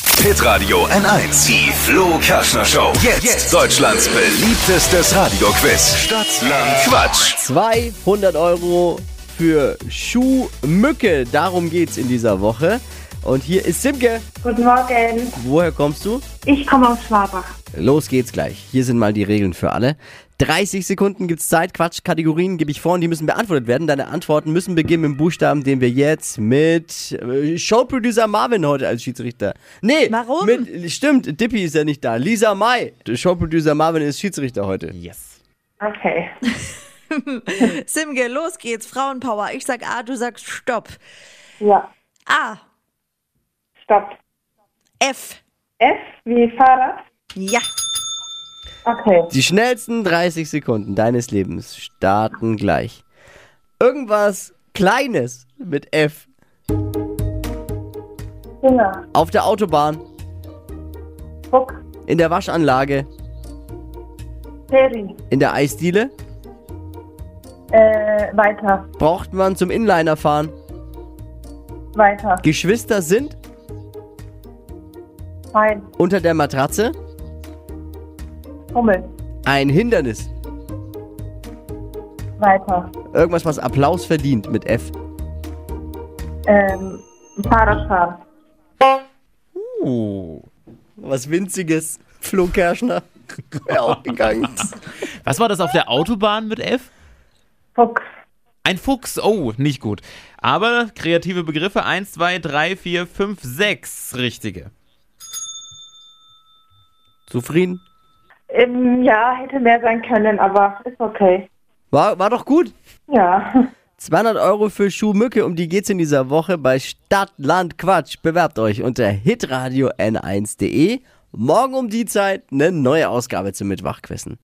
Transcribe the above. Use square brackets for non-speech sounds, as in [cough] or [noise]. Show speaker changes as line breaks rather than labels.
Hitradio N1. Die Flo Kaschner Show. Jetzt. Deutschlands beliebtestes Radioquiz. Stadt, Land, Quatsch.
200 Euro für Schuhmücke. Darum geht's in dieser Woche. Und hier ist Simke.
Guten Morgen.
Woher kommst du?
Ich komme aus Schwabach.
Los geht's gleich. Hier sind mal die Regeln für alle. 30 Sekunden gibt's Zeit. Quatsch, Kategorien gebe ich vor und die müssen beantwortet werden. Deine Antworten müssen beginnen mit dem Buchstaben, den wir jetzt mit äh, Showproducer Marvin heute als Schiedsrichter. Nee,
Warum?
Mit, stimmt, Dippy ist ja nicht da. Lisa Mai. Showproducer Marvin ist Schiedsrichter heute.
Yes.
Okay.
Simge, los geht's. Frauenpower. Ich sag A, du sagst Stopp.
Ja.
A,
Stopp.
F.
F wie Fahrrad.
Ja.
Okay.
Die schnellsten 30 Sekunden deines Lebens starten gleich. Irgendwas Kleines mit F
Finger.
auf der Autobahn,
Druck.
in der Waschanlage,
Ferien.
in der Eisdiele.
Äh, weiter.
Braucht man zum Inlinerfahren.
Weiter.
Geschwister sind
Fein.
unter der Matratze
Hummel.
ein Hindernis.
Weiter.
Irgendwas, was Applaus verdient mit F.
Ähm, Fahrradfahren.
Was Winziges. Flo [laughs] Kerschner. Wäre auch [laughs] gegangen.
Was war das auf der Autobahn mit F?
Fuchs.
Ein Fuchs. Oh, nicht gut. Aber kreative Begriffe. Eins, zwei, drei, vier, fünf, sechs richtige.
Zufrieden?
Ähm, ja, hätte mehr sein können, aber ist okay.
War, war doch gut.
Ja.
200 Euro für Schuhmücke, um die geht's in dieser Woche bei Stadt, Land, Quatsch. Bewerbt euch unter hitradio n1.de. Morgen um die Zeit eine neue Ausgabe zum Mittwochquissen.